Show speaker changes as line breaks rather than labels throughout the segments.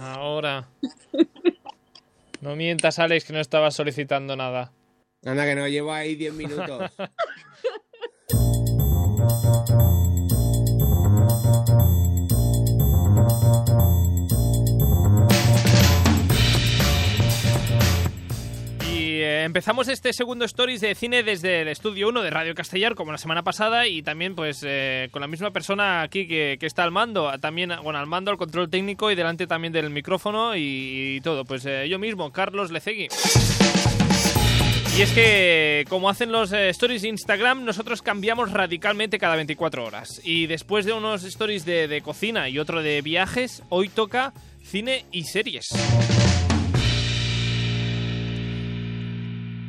Ahora. No mientas, Alex, que no estabas solicitando nada.
Anda, que no llevo ahí 10 minutos.
Y eh, empezamos este segundo Stories de cine desde el estudio 1 de Radio Castellar, como la semana pasada, y también pues eh, con la misma persona aquí que, que está al mando, también, bueno, al mando, al control técnico y delante también del micrófono y, y todo. Pues eh, yo mismo, Carlos Lecegui. Y es que, como hacen los eh, stories de Instagram, nosotros cambiamos radicalmente cada 24 horas. Y después de unos stories de, de cocina y otro de viajes, hoy toca cine y series.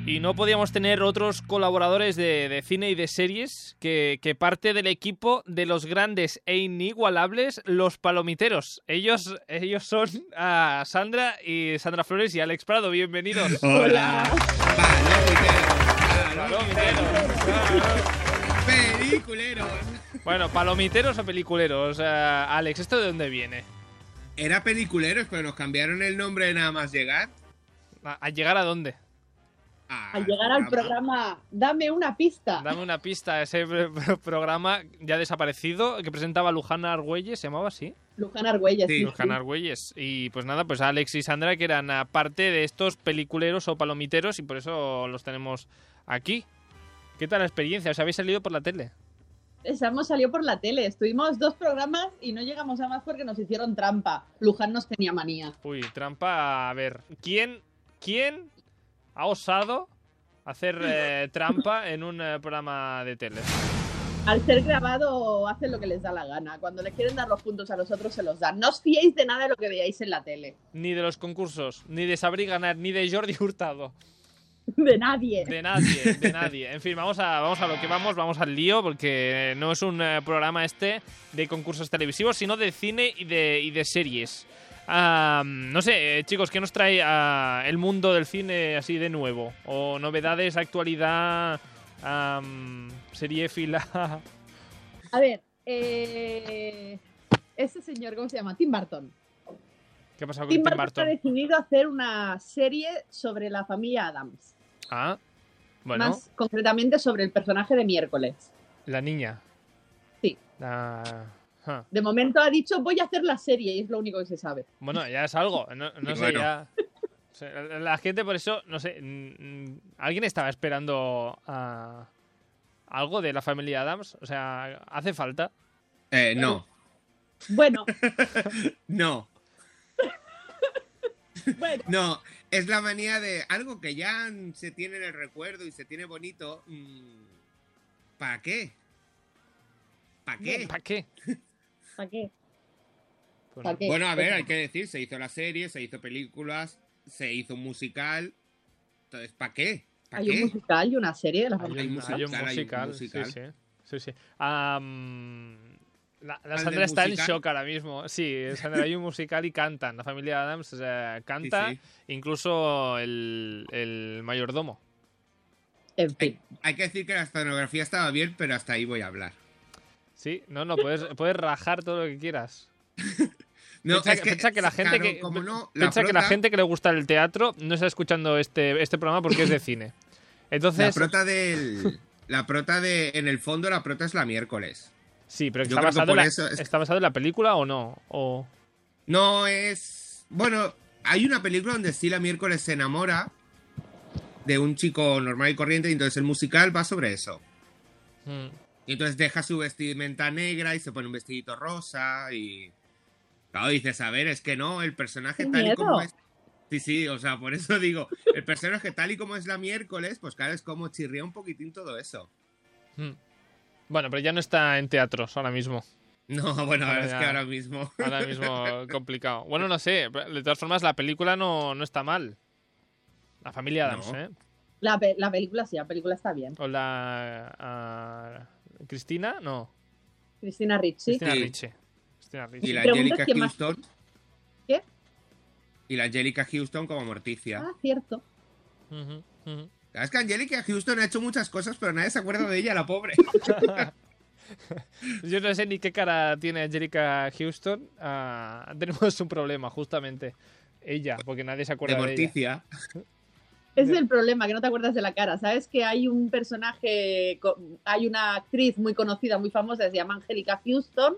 Y no podíamos tener otros colaboradores de, de cine y de series que, que parte del equipo de los grandes e inigualables, los palomiteros. Ellos, ellos son ah, Sandra y Sandra Flores y Alex Prado. Bienvenidos.
Hola.
Palomiteros.
Peliculero.
Bueno, palomiteros o peliculeros. Eh, Alex, ¿esto de dónde viene?
Era peliculeros, pero nos cambiaron el nombre de nada más llegar.
¿A, a llegar a dónde?
Al llegar al programa, dame una pista.
Dame una pista. Ese pro- programa ya desaparecido que presentaba Lujana Argüelles, ¿se llamaba así?
Luján Argüelles.
Sí,
sí,
Luján Argüelles. Y pues nada, pues Alex y Sandra que eran aparte de estos peliculeros o palomiteros y por eso los tenemos aquí. ¿Qué tal la experiencia? ¿Os habéis salido por la tele?
sí. Estamos salió por la tele. Estuvimos dos programas y no llegamos a más porque nos hicieron trampa. Luján nos tenía manía.
Uy, trampa. A ver, ¿quién, quién ha osado hacer eh, trampa en un eh, programa de tele?
Al ser grabado hacen lo que les da la gana. Cuando les quieren dar los puntos a los otros se los dan. No os fiéis de nada de lo que veáis en la tele.
Ni de los concursos, ni de Sabri Ganar, ni de Jordi Hurtado.
De nadie.
De nadie, de nadie. En fin, vamos a, vamos a lo que vamos, vamos al lío, porque eh, no es un eh, programa este de concursos televisivos, sino de cine y de, y de series. Ah, no sé, eh, chicos, ¿qué nos trae ah, el mundo del cine así de nuevo? ¿O novedades, actualidad, am, serie fila?
A ver, eh, este señor, ¿cómo se llama? Tim Burton.
¿Qué ha pasado con
Tim
Tim
Burton ha
Burton?
decidido hacer una serie sobre la familia Adams.
Ah, bueno,
Más concretamente sobre el personaje de miércoles.
la niña.
Sí.
Ah, ah.
De momento ha dicho voy a hacer la serie y es lo único que se sabe.
Bueno, ya es algo. No, no
Y
sé,
bueno.
ya. o sea, la- La gente, por eso, no sé. mm, mm, ¿Alguien estaba esperando a algo de la familia Adams? O sea, ¿hace falta?
Eh, no,
Bueno,
no,
bueno,
no. Es la manía de algo que ya se tiene en el recuerdo y se tiene bonito. Mm, ¿Para qué? ¿Para qué?
¿Para qué?
¿para qué?
Bueno,
¿Para qué?
Bueno, a ver, hay que decir, se hizo la serie, se hizo películas, se hizo un musical. Entonces, ¿para qué? ¿Para
Hay un
qué?
musical y una serie de las
Hay un,
Hay un
hay un
musical, hay un
musical,
musical.
Sí, sí. sí, sí. Am, la, la
¿Al
Sandra
del
está en
musical?
shock ahora mismo. Sí, Sandra, hay un musical y cantan. La familia Adams eh,
Sí,
canta,
sí.
incluso el, el mayordomo.
En fin.
Hay, hay que decir que la escenografía estaba bien, pero hasta ahí voy a hablar.
Sí, no, no, puedes, puedes rajar todo lo que quieras.
No,
Piensa
es
que- piensa que la gente
claro,
que-
como no, la
Piensa que la
frota-
gente que le gusta el teatro no está escuchando este, este programa porque es de cine. Entonces,
La prota del. La prota de. En el fondo, la prota es la miércoles.
sí, pero
yo
está
creo que
basado, en
por
la,
eso es-
¿está basado en la película o no? O,
No es. Bueno, hay una película donde sí la miércoles se enamora de un chico normal y corriente, y entonces el musical va sobre eso.
Mm.
Y entonces deja su vestimenta negra y se pone un vestidito rosa y. Claro, dices, a ver, es que no, el personaje
¡Qué
tal y como
miedo!
es. Sí, sí, o sea, por eso digo, el personaje tal y como es la miércoles, pues claro, es como chirría un poquitín todo eso.
Mm. Bueno, pero ya no está en teatros ahora mismo.
No, bueno, ahora
Ahora
es
ya.
que ahora mismo.
Ahora mismo complicado. Bueno, no sé. De todas formas, la película no, no está mal. La familia Adams,
No.
¿eh?
La, pe- la película sí, la película está bien.
O la... ah, ¿Cristina? No.
Cristina Ricci.
Cristina
Sí.
Ricci. Cristina Ricci.
Y la
Preguntas
Angélica
que más-
Houston.
¿Qué?
Y la Angélica Houston como Morticia.
Ah, cierto.
Ujú, ujú.
Es que Angélica Houston ha hecho muchas cosas, pero nadie se acuerda de ella, la pobre.
Yo no sé ni qué cara tiene Angelica Houston. Ah, tenemos un problema, justamente. Ella, porque nadie se
de
acuerda de ella.
Morticia.
Ese es el problema, que no te acuerdas de la cara. Sabes que hay un personaje, co- hay una actriz muy conocida, muy famosa, que se llama Angélica Houston,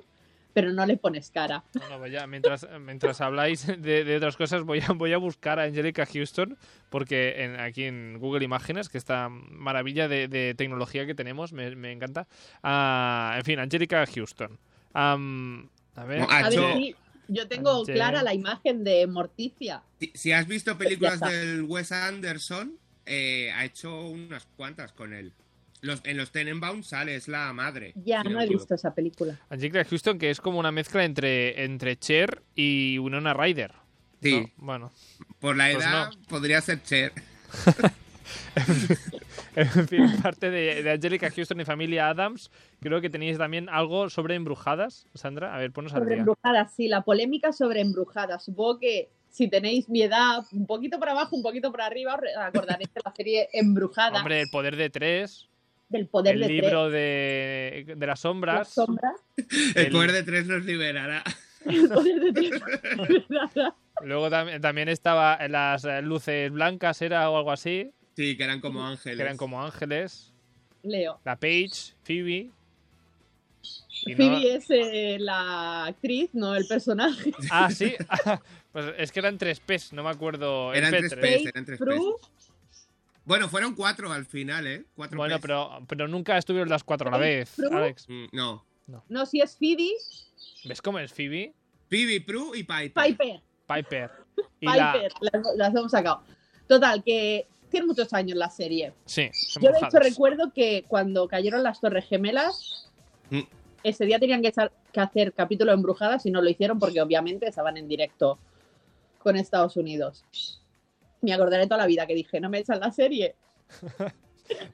pero no le pones cara.
No, no, vaya, mientras, mientras habláis de, de otras cosas, voy a, voy a buscar a Angelica Houston, porque en- aquí en Google Imágenes, que esta maravilla de, de tecnología que tenemos, me, me encanta. Ah, en fin, Angelica Houston. Am, a ver.
No, ah,
A ver,
yo-
sí, yo tengo
Anche-
clara la imagen de Morticia.
Si, si has visto películas
Ya está.
del Wes Anderson, eh, ha hecho unas cuantas con él. Los, en los Tenenbaum sale, es la madre.
Ya
si
no he
me
visto esa película.
Angelica Houston, que es como una mezcla entre, entre Cher y Winona Ryder.
Sí.
¿no? Bueno,
equivoco. Por la
Pues
edad podría ser Cher.
en fin, parte de, de Angelica Houston y familia Adams, creo que tenéis también algo sobre embrujadas, Sandra. A ver, ponos al
Sobre
día.
embrujadas, sí, la polémica sobre embrujadas. Supongo que si tenéis mi edad, un poquito para abajo, un poquito para arriba, os acordaréis de la serie Embrujada,
Hombre, el poder de tres.
del poder
el
de tres,
libro de, de las sombras.
las sombras,
El
El-
poder de tres nos liberará.
el poder de tres.
Luego tam- también estaba en las eh, luces blancas, era o algo así,
Sí, que eran como ángeles.
que eran como ángeles.
Leo.
La Paige, Phoebe. y no-
Phoebe es eh, la actriz, no el personaje.
Ah, sí. pues es que eran tres P's, no me acuerdo. el
Eran
P
tres
tres.
P's, eran tres P's.
Prue,
Bueno, fueron cuatro al final, ¿eh? Cuatro
Bueno,
P's.
pero, pero nunca estuvieron las cuatro a la vez,
Prue.
Alex.
Mm, No.
no, si es Phoebe,
¿Ves cómo es Phoebe?
Phoebe, Prue y Piper.
Piper.
Piper. Y la...
Piper, las, las hemos sacado. Total, que tiene muchos años la serie.
Sí,
Yo de hecho
embrujadas.
recuerdo que cuando cayeron las Torres Gemelas,
Mm.
ese día tenían que, echar- que hacer capítulo embrujadas y no lo hicieron porque obviamente estaban en directo con Estados Unidos. Me acordaré toda la vida que dije, no me echan la serie.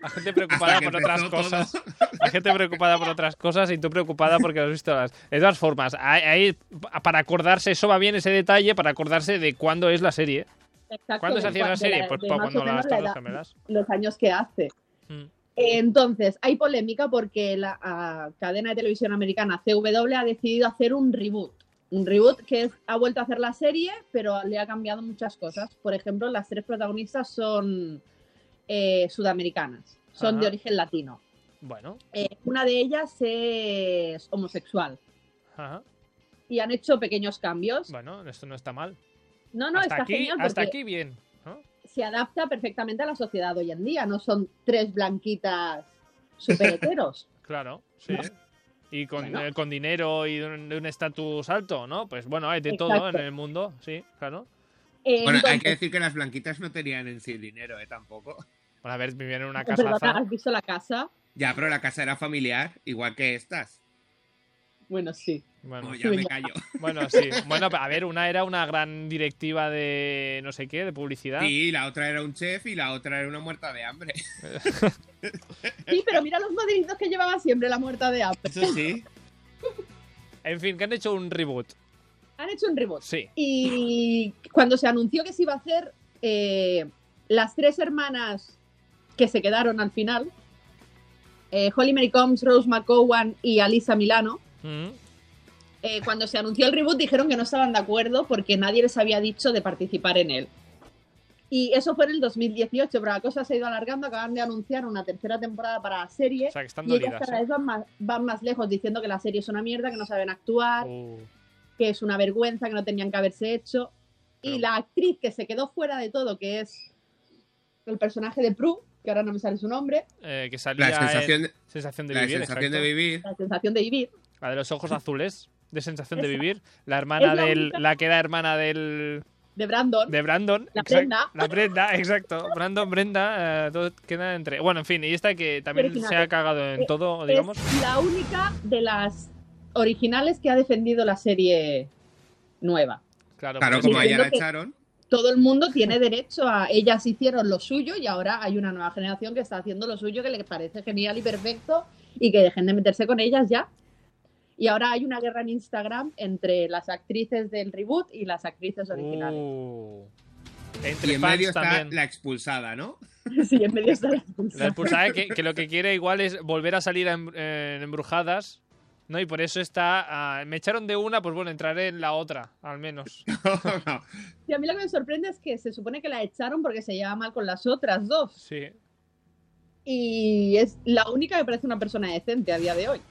La gente
Hasta
preocupada
que
por
empezó
otras
todo.
cosas. La gente preocupada por otras cosas y tú preocupada porque has visto las. De todas formas, ahí, ahí, para acordarse, eso va bien ese detalle, para acordarse de cuándo es la serie.
Exacto,
¿Cuándo se
de
hacía
cua-
la
de
serie?
Ah, la-
Pues
de
pa-
más o
cuando
menos
las
la
Torres
edad,
Gemelas.
Los años que hace.
Mm.
Entonces, hay polémica porque la ah, cadena de televisión americana CW ha decidido hacer un reboot. Un reboot que es- ha vuelto a hacer la serie, pero le ha cambiado muchas cosas. Por ejemplo, las tres protagonistas son eh, sudamericanas, son
Ajá.
de origen latino.
Bueno,
Eh, una de ellas es homosexual
ajá.
y han hecho pequeños cambios.
bueno, esto no está mal.
No, no,
hasta
está
aquí,
genial
hasta
porque
aquí bien. ¿no?
se adapta perfectamente a la sociedad hoy en día. No son tres blanquitas super heteros.
Claro, sí. Y con,
Bueno.
eh, con dinero y de un de un estatus alto, ¿no? Pues bueno, hay de todo en
Exacto.
el mundo, sí, claro.
Bueno, hay que decir que las blanquitas no tenían en sí dinero, ¿eh? Tampoco.
Bueno, a ver, vivían en una
Perdona,
casaza.
¿has visto la casa?
Ya, pero la casa era familiar, igual que estas.
Bueno, sí.
Bueno,
Oh, ya me callo.
bueno, sí. Bueno, a ver, una era una gran directiva de no sé qué, de publicidad.
Sí, la otra era un chef y la otra era una muerta de hambre.
Sí, pero mira los madriditos que llevaba siempre la muerta de hambre.
Eso sí.
En fin, que han hecho un reboot.
Han hecho un reboot.
Sí.
Y cuando se anunció que se iba a hacer, eh, las tres hermanas que se quedaron al final, eh, Holly Mary Combs, Rose McGowan y Alisa Milano,
Mm.
eh, cuando se anunció el reboot dijeron que no estaban de acuerdo porque nadie les había dicho de participar en él. Y eso fue en el 2018, pero la cosa se ha ido alargando. Acaban de anunciar una tercera temporada para la serie.
O sea, que están
Y ellas
dolidas.
cada
¿eh?
vez van más, van más lejos diciendo que la serie es una mierda, que no saben actuar,
Uh,
que es una vergüenza, que no tenían que haberse hecho. Y
Pero-
la actriz que se quedó fuera de todo, que es el personaje de Prue, que ahora no me sale su nombre,
eh, que salía
La sensación, de-
en Sensación de
la
vivir.
sensación de
exacto.
vivir.
la sensación de vivir,
La de los ojos azules. De sensación de
Esa.
vivir. La hermana
Es la
del.
única-
La que era hermana del.
de Brandon,
De Brandon.
La
exact-
Brenda.
La Brenda, exacto. Brandon, Brenda. eh, todo queda entre. Bueno, en fin. Y esta que también
Pero
se ha
fíjate,
cagado en
eh,
todo, digamos.
es la única de las originales que ha defendido la serie nueva.
Claro, pues
Claro,
por eso.
como
Sí,
allá
creo
la
que-
echaron.
Todo el mundo tiene derecho a ellas hicieron lo suyo y ahora hay una nueva generación que está haciendo lo suyo que le parece genial y perfecto y que dejen de meterse con ellas ya. Y ahora hay una guerra en Instagram entre las actrices del reboot y las actrices originales.
Uh, Entre
Y en
fans
medio está
también.
la expulsada, ¿no?
Mm.
Sí, en medio está la
La
expulsada.
expulsada que, que lo que quiere igual es volver a salir en, en Embrujadas, ¿no? Y por eso está... ah, me echaron de una, pues bueno, entraré en la otra, al menos.
No.
Y a mí lo que me sorprende es que se supone que la echaron porque se llevaba mal con las otras dos.
Sí.
Y es la única que parece una persona decente a día de hoy.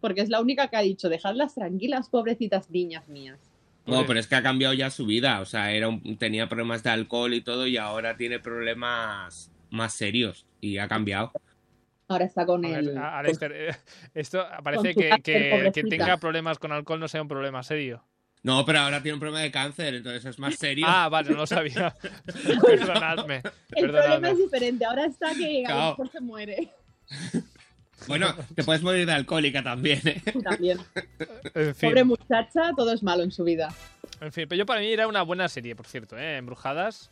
Porque es la única que ha dicho, dejadlas tranquilas, pobrecitas niñas mías.
No, pero es que ha cambiado ya su vida. O sea, era un- tenía problemas de alcohol y todo, y ahora tiene problemas más serios. Y ha cambiado.
Ahora está con
A ver,
el...
a- Alester, eh, esto parece
su
que,
cáncer,
que, que
pobrecita.
tenga problemas con alcohol no sea un problema serio.
No, pero ahora tiene un problema de cáncer, entonces es más serio.
Ah, vale, no lo sabía. Perdonadme.
el problema
perdonadme.
es diferente, ahora está que a
Claro.
lo mejor se muere
Bueno, te puedes morir de alcohólica también, ¿eh?
también.
En fin.
Pobre muchacha, todo es malo en su vida.
En fin, pero yo para mí era una buena serie, por cierto, ¿eh? Embrujadas.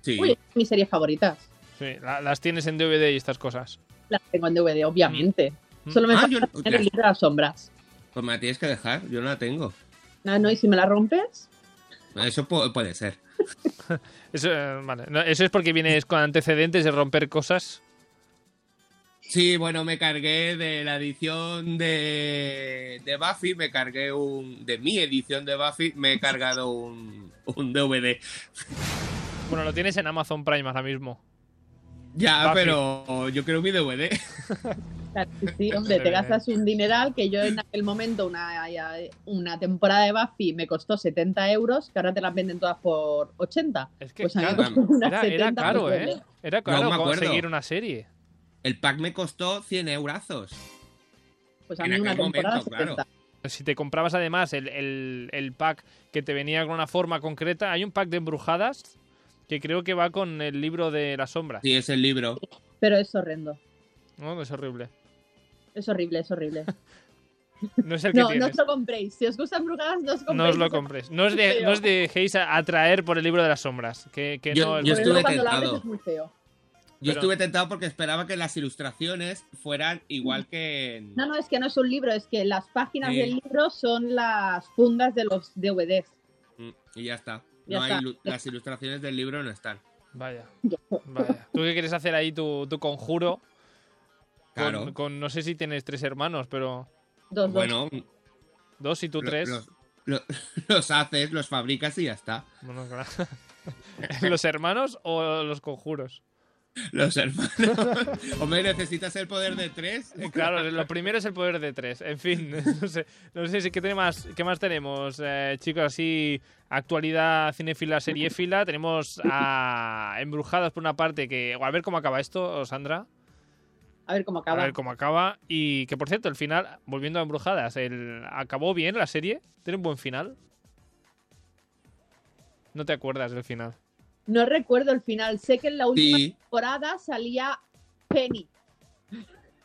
Sí.
Uy, es mis series favoritas.
Sí, la- las tienes en DVD y estas cosas.
Las tengo en DVD, obviamente.
Mm.
Solo me
Ah,
falta
yo no-
tener el
las-
libro de las sombras.
Pues me la tienes que dejar, yo no la tengo.
Ah, no, y si me la rompes,
Eso pu- puede ser.
Eso, eh, vale. No, eso es porque vienes con antecedentes de romper cosas.
Sí, bueno, me cargué de la edición de, de Buffy, me cargué un. de mi edición de Buffy, me he cargado un, un DVD.
Bueno, lo tienes en Amazon Prime ahora mismo.
Ya,
Buffy.
pero yo quiero mi DVD.
claro, sí, sí, hombre, te gastas un dineral que yo en aquel momento, una, ya- una temporada de Buffy me costó 70 euros, que ahora te las venden todas por 80.
Es que
Pues a mí me
claro,
claro,
costó unas
era, era
70
caro,
euros.
¿eh? Era
No,
caro
me acuerdo.
conseguir una serie.
El pack me costó 100 eurazos.
Pues a
En
mí una
aquel
temporada
momento, claro.
70.
Si te comprabas además el, el- el pack que te venía con una forma concreta, hay un pack de embrujadas que creo que va con el libro de las sombras.
Sí, es el libro.
Pero es horrendo.
No, es horrible.
Es horrible, es horrible.
No es el que
No, no
tienes.
os lo compréis. Si os gustan brujadas, no os compréis.
No os lo compréis. No os, de-
Feo.
no os dejéis a- atraer por el libro de las sombras. Que, que
Yo-
no es bueno.
yo
Porque
estuve
luego cuando la abres
tentado.
es muy feo.
Yo
Pero-
estuve tentado porque esperaba que las ilustraciones fueran igual que en-
No, no, es que no es un libro, es que las páginas
Sí.
del libro son las fundas de los DVDs.
Mm, Y ya está.
Ya
no hay
está.
ilu- las ilustraciones del libro no están.
Vaya, vaya. ¿Tú qué quieres hacer ahí tu, tu conjuro? Con-
Claro.
Con, no sé si tienes tres hermanos, pero
Dos, dos.
bueno,
dos y tú
lo-
tres.
Los, lo- los haces, los fabricas y ya está.
Bueno, claro. ¿Los hermanos o los conjuros?
Los hermanos. Hombre, necesitas el poder de tres.
Claro, lo primero es el poder de tres. En fin, no sé, no sé si qué, tiene más, qué más tenemos, eh, chicos. Así, actualidad cinéfila, seriéfila. Tenemos a Embrujadas por una parte, que a ver cómo acaba esto, Sandra.
A ver cómo
A
acaba.
ver cómo acaba. Y que por cierto, el final, volviendo a Embrujadas, el, acabó bien la serie. ¿Tiene un buen final? No te acuerdas del final.
No recuerdo el final. Sé que en la última
Sí,
temporada salía Penny.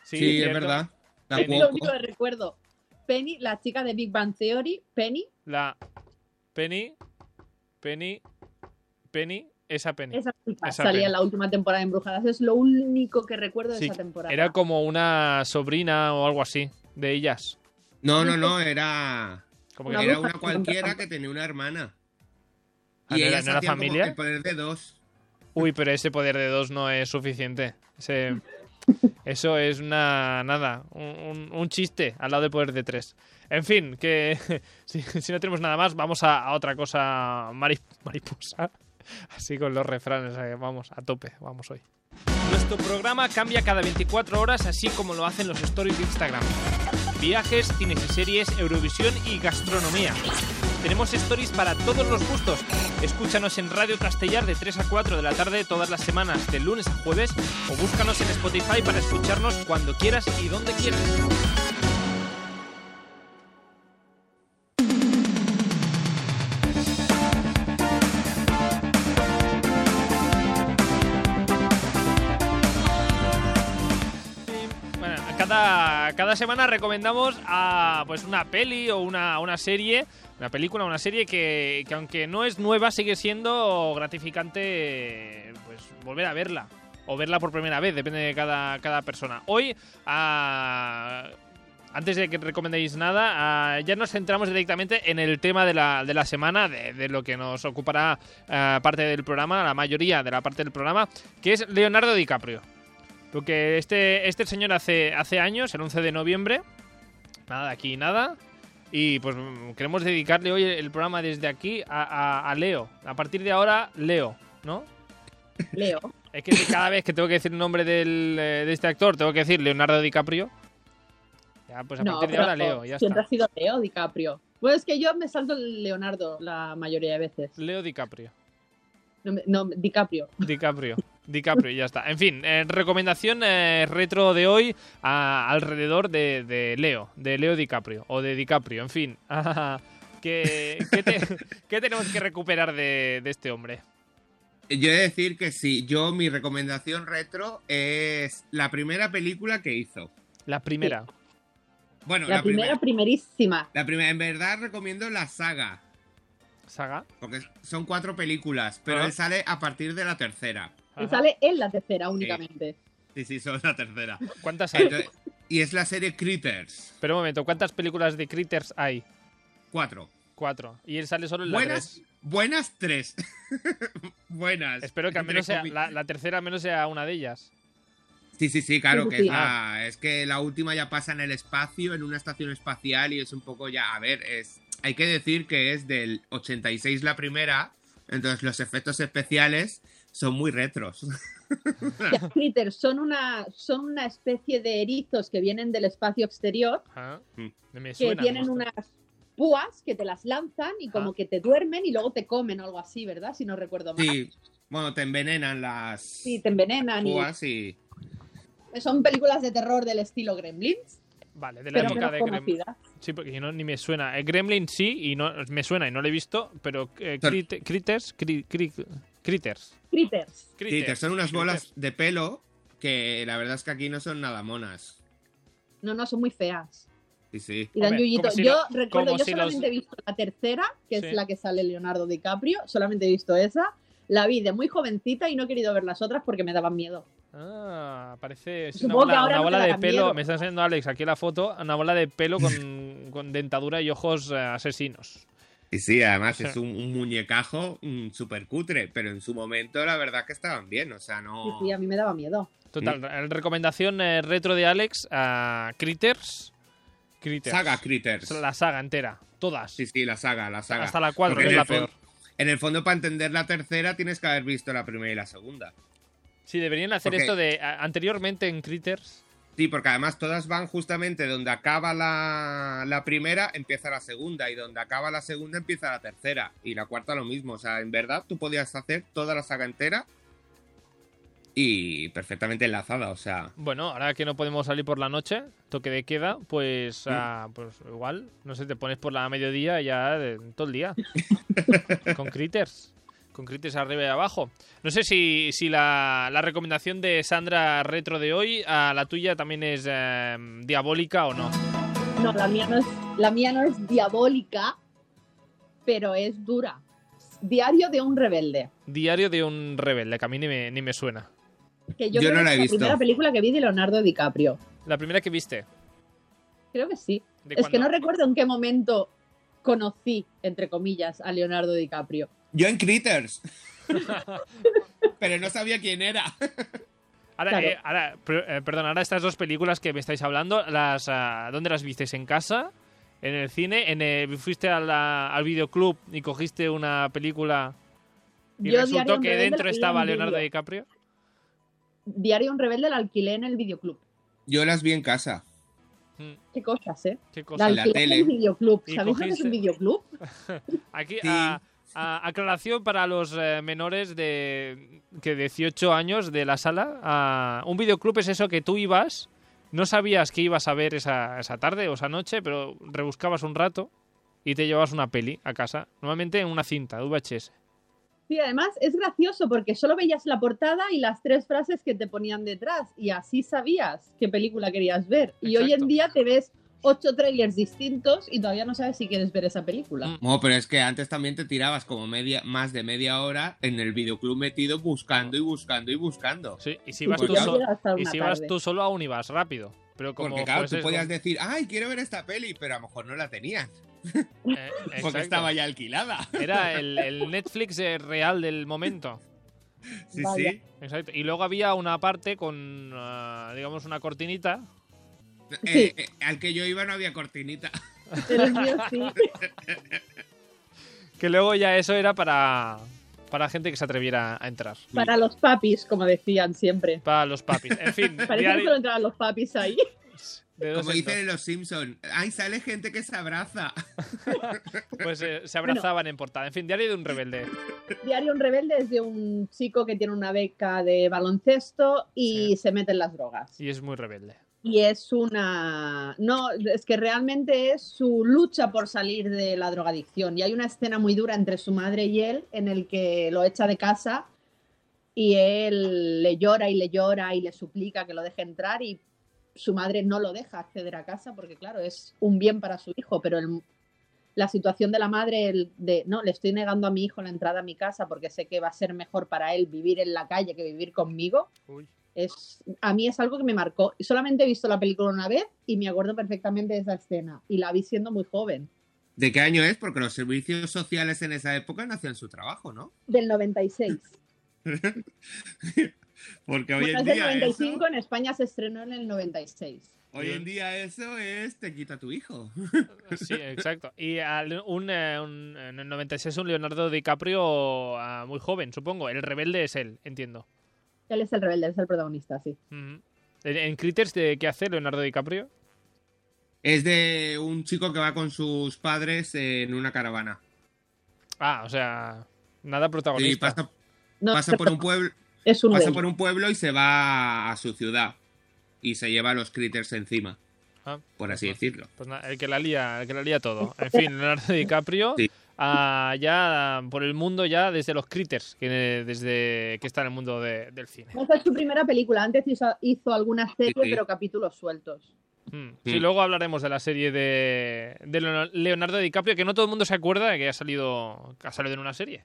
sí, es
cierto.
verdad.
Penny.
Es lo
Tampoco.
único que recuerdo. Penny, la chica de Big Bang Theory, Penny,
La Penny, Penny, Penny, esa Penny.
esa chica
Mm. Esa
salía
Penny.
en la última temporada de Embrujadas. Es lo único que recuerdo de
Sí,
esa temporada.
Era como una sobrina o algo así de ellas.
No, no, no, era.
Como que
Una
Era
bruja
una
que
cualquiera
encontraron.
que tenía una hermana.
Ah, ¿no era-
ellas
no era
hacían como
familia?
El poder de dos.
Uy, pero ese poder de dos no es suficiente. Ese- eso es una nada, un, un- un chiste al lado del poder de tres. En fin, que si, si no tenemos nada más, vamos a, a otra cosa mari- mariposa. Así con los refranes, eh, vamos a tope, vamos hoy. Nuestro programa cambia cada 24 horas, así como lo hacen los stories de Instagram. Viajes, cines y series, Eurovisión y gastronomía. Tenemos stories para todos los gustos. Escúchanos en Radio Castellar de 3 a 4 de la tarde todas las semanas, de lunes a jueves, o búscanos en Spotify para escucharnos cuando quieras y donde quieras. Bueno, cada, cada semana recomendamos a, pues una peli o una, una serie, una película, una serie que, que aunque no es nueva sigue siendo gratificante pues volver a verla o verla por primera vez, depende de cada, cada persona. Hoy ah, antes de que recomendéis nada, ah, ya nos centramos directamente en el tema de la, de la semana, de, de lo que nos ocupará ah, parte del programa, la mayoría de la parte del programa, que es Leonardo DiCaprio. Porque este, este señor hace, hace años, el 11 de noviembre, nada, aquí nada. Y pues mm, queremos dedicarle hoy el programa desde aquí a, a- a Leo. A partir de ahora, Leo, ¿no?
Leo.
Es que si cada vez que tengo que decir el nombre del, eh, de este actor, tengo que decir Leonardo DiCaprio. Ya, pues a
No,
partir de
pero
ahora Leo, ya
siempre
está.
ha sido Leo DiCaprio. Bueno, es que yo me salto el Leonardo la mayoría de veces.
Leo DiCaprio.
No, me- no, DiCaprio.
DiCaprio. DiCaprio, y ya está. En fin, eh, recomendación eh, retro de hoy a- alrededor de, de Leo, de Leo DiCaprio o de DiCaprio, en fin. ¿Qué, qué te- qué tenemos que recuperar de, de este hombre?
Yo he de decir que sí, yo mi recomendación retro es la primera película que hizo.
La primera.
Bueno,
la primera, primerísima.
La primera, en verdad recomiendo la saga,
¿Saga?
porque son cuatro películas, pero
Ajá.
él sale a partir de la tercera.
Y
Ajá.
sale en la tercera únicamente.
Sí, sí, son la tercera.
¿Cuántas hay?
Entonces- y es la serie Critters,
Pero un momento, ¿cuántas películas de Critters hay?
cuatro.
Cuatro. Y él sale solo en la
Buenas,
tres.
buenas tres. buenas.
Espero que al
entre
menos sea,
comi-
la, la tercera al menos sea una de ellas.
Sí, sí, sí, claro
Sí,
que
sí.
es la- es que la última ya pasa en el espacio, en una estación espacial y es un poco ya, a ver, es hay que decir que es del 86 la primera, entonces los efectos especiales son muy retros.
Los critters son una, son una especie de erizos que vienen del espacio exterior
Ajá.
Mm.
Me
que
suena,
tienen
me suena.
unas púas que te las lanzan y como
Ah.
que te duermen y luego te comen o algo así, ¿verdad? Si no recuerdo mal.
Sí, bueno, te envenenan las
Sí, te envenenan. y-
púas y
Son películas de terror del estilo Gremlins,
Vale, de la
pero
época
menos
de Gremlin.
conocidas.
Sí, porque no, ni me suena. Eh, Gremlin sí, y no me suena y no lo he visto, pero eh,
Son-
crit- Critters, cri- cri- Critters.
Critters.
sí, te son unas bolas
Critters.
de pelo que la verdad es que aquí no son nada monas.
No, no, son muy feas.
Sí, sí.
Y dan
Hombre,
yuyito.
como si
yo
lo-
recuerdo,
como
yo
si
solamente
los-
he visto la tercera, que
Sí.
es la que sale Leonardo DiCaprio, solamente he visto esa. La vi de muy jovencita y no he querido ver las otras porque me daban miedo.
Ah, parece es una
Supongo que
bola,
ahora
una
no te
bola de
darán
pelo.
miedo.
Me está enseñando Alex aquí la foto, una bola de pelo con, con dentadura y ojos eh, asesinos.
Y sí, además
Sí.
es un, un muñecajo súper cutre, pero en su momento la verdad que estaban bien, o sea,
Sí,
no...
sí, a mí me daba miedo.
Total, eh, recomendación eh, retro de Alex a Critters. Critters.
Saga Critters.
La saga entera, todas.
Sí, sí, la saga, la saga.
Hasta la 4,
Porque
que es
en
la
el fon-
peor.
En el fondo, para entender la tercera, tienes que haber visto la primera y la segunda.
Sí, deberían hacer
Porque-
esto de a- anteriormente en Critters.
Sí, porque además todas van justamente donde acaba la, la primera, empieza la segunda, y donde acaba la segunda, empieza la tercera, y la cuarta lo mismo. O sea, en verdad, tú podías hacer toda la saga entera y perfectamente enlazada, o sea...
Bueno, ahora que no podemos salir por la noche, toque de queda, pues, ah, pues igual, no sé, te pones por la mediodía y ya de- todo el día. con critters. Con critters arriba y abajo. No sé si, si la, la recomendación de Sandra Retro de hoy a la tuya también es eh, diabólica o no.
No, la mía no es, la mía no es diabólica, pero es dura. Diario de un rebelde.
Diario de un rebelde, que a mí ni me, ni me suena.
Que yo,
Yo
creo
no
que
la he
es la
visto.
primera película que vi de Leonardo DiCaprio.
La primera que viste.
Creo que sí.
¿de
Es que
cuándo?
no recuerdo en qué momento conocí, entre comillas, a Leonardo DiCaprio.
Yo en Critters. Pero no sabía quién era.
Ahora,
Claro.
eh, ahora, per- eh, perdón, ahora estas dos películas que me estáis hablando, las, ah, ¿dónde las visteis? ¿En casa? ¿En el cine? ¿En, eh, ¿Fuiste a la- al videoclub y cogiste una película y
Yo Diario de
resultó
un
que
rebelde
dentro
la vi
estaba
en
Leonardo
vídeo.
DiCaprio?
Diario de un rebelde la alquilé en el videoclub.
Yo las vi en casa.
Mm,
Qué cosas, ¿eh?
Qué
La
cosa.
Dale. en la
alquilé en el
tele.
videoclub.
Y
¿Sabéis lo que es
cogiste-
un videoclub?
Aquí,
Sí.
ah, ah, aclaración para los eh, menores de que 18 años de la sala. ah, un videoclub es eso que tú ibas, no sabías que ibas a ver esa, esa tarde o esa noche, pero rebuscabas un rato y te llevabas una peli a casa. Normalmente en una cinta, VHS.
Sí, además es gracioso porque solo veías la portada y las tres frases que te ponían detrás y así sabías qué película querías ver. Y hoy
Exacto.
en día te ves ocho trailers distintos y todavía no sabes si quieres ver esa película.
Mm.
No, pero es que antes también te tirabas como media, más de media hora en el videoclub metido buscando y buscando y buscando.
Sí, y si
Y
vas
pues
tú,
ya
so-
llegas hasta
y
una
si vas
tarde.
tú solo, aún ibas rápido. Pero como pues
Porque claro,
fueses
tú
con-
podías decir, ay, quiero ver esta peli, pero a lo mejor no la tenías,
Eh,
porque
exacto.
estaba ya alquilada.
Era el, el Netflix eh, real del momento.
Sí,
Vaya.
sí.
Exacto. Y luego había una parte con, ah, digamos, una cortinita.
Eh, eh, al que yo iba no había cortinita.
Pero el mío sí.
Que luego ya eso era para, para gente que se atreviera a entrar.
Para los papis, como decían siempre.
Para los papis. En fin,
Parecía que
diario
solo entraban los papis ahí.
de dos
Como
en
dicen en Los Simpsons, ay, sale gente que se abraza.
dos. Pues eh, se abrazaban en portada. En fin, diario de un rebelde.
Diario Un Rebelde es de un chico que tiene una beca de baloncesto y
Sí.
se mete en las drogas.
Y es muy rebelde.
Y es una... No, es que realmente es su lucha por salir de la drogadicción. Y hay una escena muy dura entre su madre y él en el que lo echa de casa y él le llora y le llora y le suplica que lo deje entrar y su madre no lo deja acceder a casa porque, claro, es un bien para su hijo, pero el- la situación de la madre el de, no, le estoy negando a mi hijo la entrada a mi casa porque sé que va a ser mejor para él vivir en la calle que vivir conmigo.
Uy.
Es, a mí es algo que me marcó. Solamente he visto la película una vez y me acuerdo perfectamente de esa escena. Y la vi siendo muy joven,
¿De qué año es? Porque los servicios sociales en esa época no hacían su trabajo, ¿no?
del 96.
Porque hoy
Bueno,
en
es del
día ¿eh?
95,
eso,
en España se estrenó en el 96.
hoy en día eso es te quita a tu hijo.
Sí, exacto. Y al- un, eh, un- en el 96 un Leonardo DiCaprio ah, muy joven, supongo. El rebelde es él, entiendo.
Él es el rebelde, él es el protagonista, sí.
Ujú. ¿En- ¿En Critters de qué hace Leonardo DiCaprio?
Es de un chico que va con sus padres en una caravana.
Ah, o sea, nada
Y
protagonista.
pasa,
No,
pasa por un pueblo,
es un
pasa
rebelde.
por un pueblo y se va a su ciudad. Y se lleva a los critters encima,
Ah,
por así
Ajá.
decirlo.
Pues nada, el que la lía, el que la lía todo. En fin, Leonardo DiCaprio
Sí.
ah, ya por el mundo ya desde los Critters, que desde que está en el mundo de- del cine.
Esa es su primera película. Antes hizo, hizo alguna serie,
Sí, sí.
pero capítulos sueltos.
Mm. Sí,
Mm.
luego hablaremos de la serie de, de Leon- Leonardo DiCaprio, que no todo el mundo se acuerda de que ha salido, que ha salido en una serie.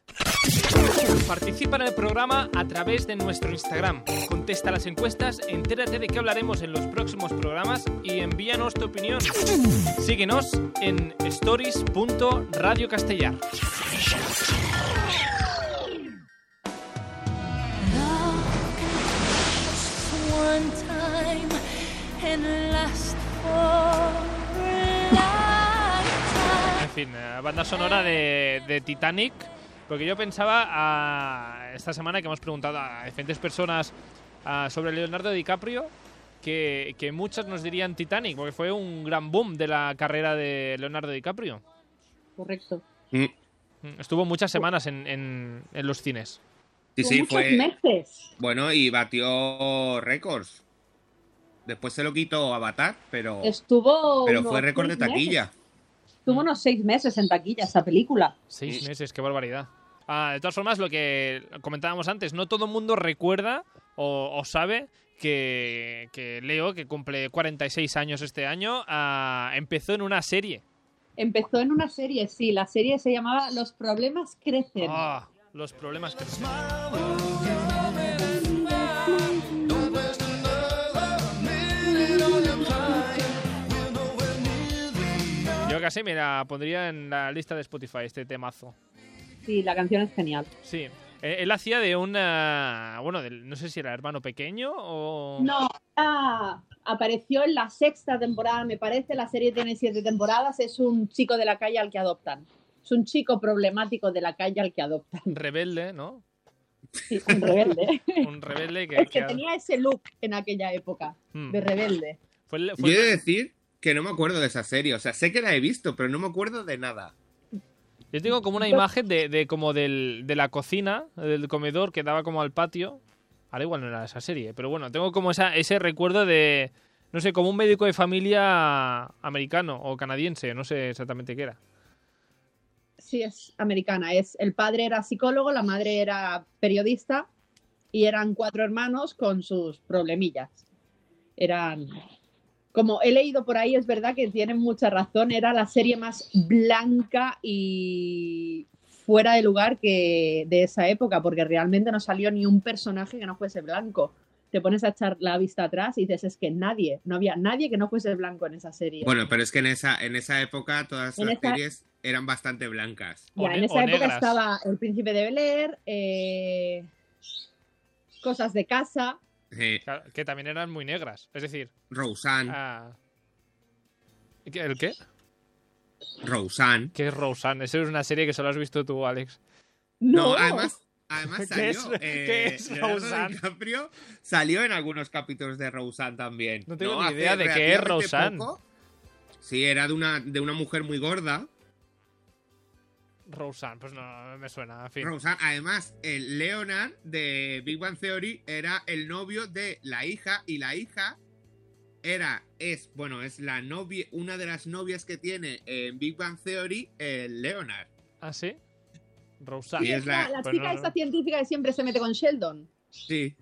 Participa en el programa a través de nuestro Instagram. Contesta las encuestas, entérate de qué hablaremos en los próximos programas y envíanos tu opinión. Síguenos en stories.radiocastellar.
one time and last for a lifetime.
En fin, eh, banda sonora de, de Titanic. Porque yo pensaba ah, esta semana que hemos preguntado a diferentes personas ah, sobre Leonardo DiCaprio, que, que muchas nos dirían Titanic, porque fue un gran boom de la carrera de Leonardo DiCaprio.
Correcto.
Mm.
Mm, Estuvo muchas semanas en, en- en los cines.
Sí,
Con
sí,
muchos
fue.
meses.
Bueno, y batió récords. Después se lo quitó Avatar, pero,
Estuvo.
pero
unos
fue récord de
seis meses.
taquilla.
Estuvo unos seis meses en taquilla esa película.
Seis
Sí.
meses, qué barbaridad. Ah, de todas formas, lo que comentábamos antes, no todo el mundo recuerda o, o sabe que, que Leo, que cumple 46 años este año, ah, empezó en una serie.
Empezó en una serie, sí. La serie se llamaba Los problemas crecen.
Ah, los problemas que nos- Yo casi me la pondría en la lista de Spotify, este temazo.
Sí, la canción es genial.
Sí. Eh, Él hacía de una. Bueno, del- no sé si era hermano pequeño o.
No, ah, apareció en la sexta temporada, me parece. La serie tiene siete temporadas. Es un chico de la calle al que adoptan. Es un chico problemático de la calle al que adoptan.
Rebelde, ¿no?
Sí, un rebelde.
Un rebelde que.
es que
que-
tenía ese look en aquella época,
Mm.
de rebelde.
Fue el- fue
Yo he
el-
de decir que no me acuerdo de esa serie. O sea, sé que la he visto, pero no me acuerdo de nada.
Yo tengo como una imagen de, de como del, de la cocina, del comedor que daba como al patio. Ahora igual no era esa serie, pero bueno, tengo como esa, ese recuerdo de, no sé, como un médico de familia americano o canadiense, no sé exactamente qué era.
Sí, es americana. Es, el padre era psicólogo, la madre era periodista y eran cuatro hermanos con sus problemillas. Eran. Como he leído por ahí, es verdad que tienen mucha razón. Era la serie más blanca y fuera de lugar que de esa época, porque realmente no salió ni un personaje que no fuese blanco. te pones a echar la vista atrás y dices, es que nadie, no había nadie que no fuese blanco en esa serie.
Bueno, pero es que en esa, en esa época todas
En
las
esa-
series eran bastante blancas.
O
Ya,
ne-
en
o
esa época
negras.
estaba El Príncipe de Bel Air, eh, Cosas de Casa,
Eh,
Claro, Que también eran muy negras. Es decir,
Roseanne,
ah, ¿qué- ¿el qué?
Roseanne.
¿Qué es Roseanne? Esa es una serie que solo has visto tú, Alex.
No,
No, además, además
¿Qué
salió.
es-
eh,
qué es
Leonardo
Roseanne?
DiCaprio salió en algunos capítulos de Roseanne también.
No tengo ni
Hace
idea de qué es
relativamente
Roseanne.
poco- Sí, era de una, de una mujer muy gorda.
Roseanne, pues no, no me suena. En fin.
Roseanne. Además, el Leonard de Big Bang Theory era el novio de la hija y la hija era, es, bueno, es la novia, una de las novias que tiene en Big Bang Theory, el Leonard.
¿Ah, sí? Roseanne.
Sí, es
la, la
pues
chica
no, no.
esta científica que siempre se mete con Sheldon.
Sí.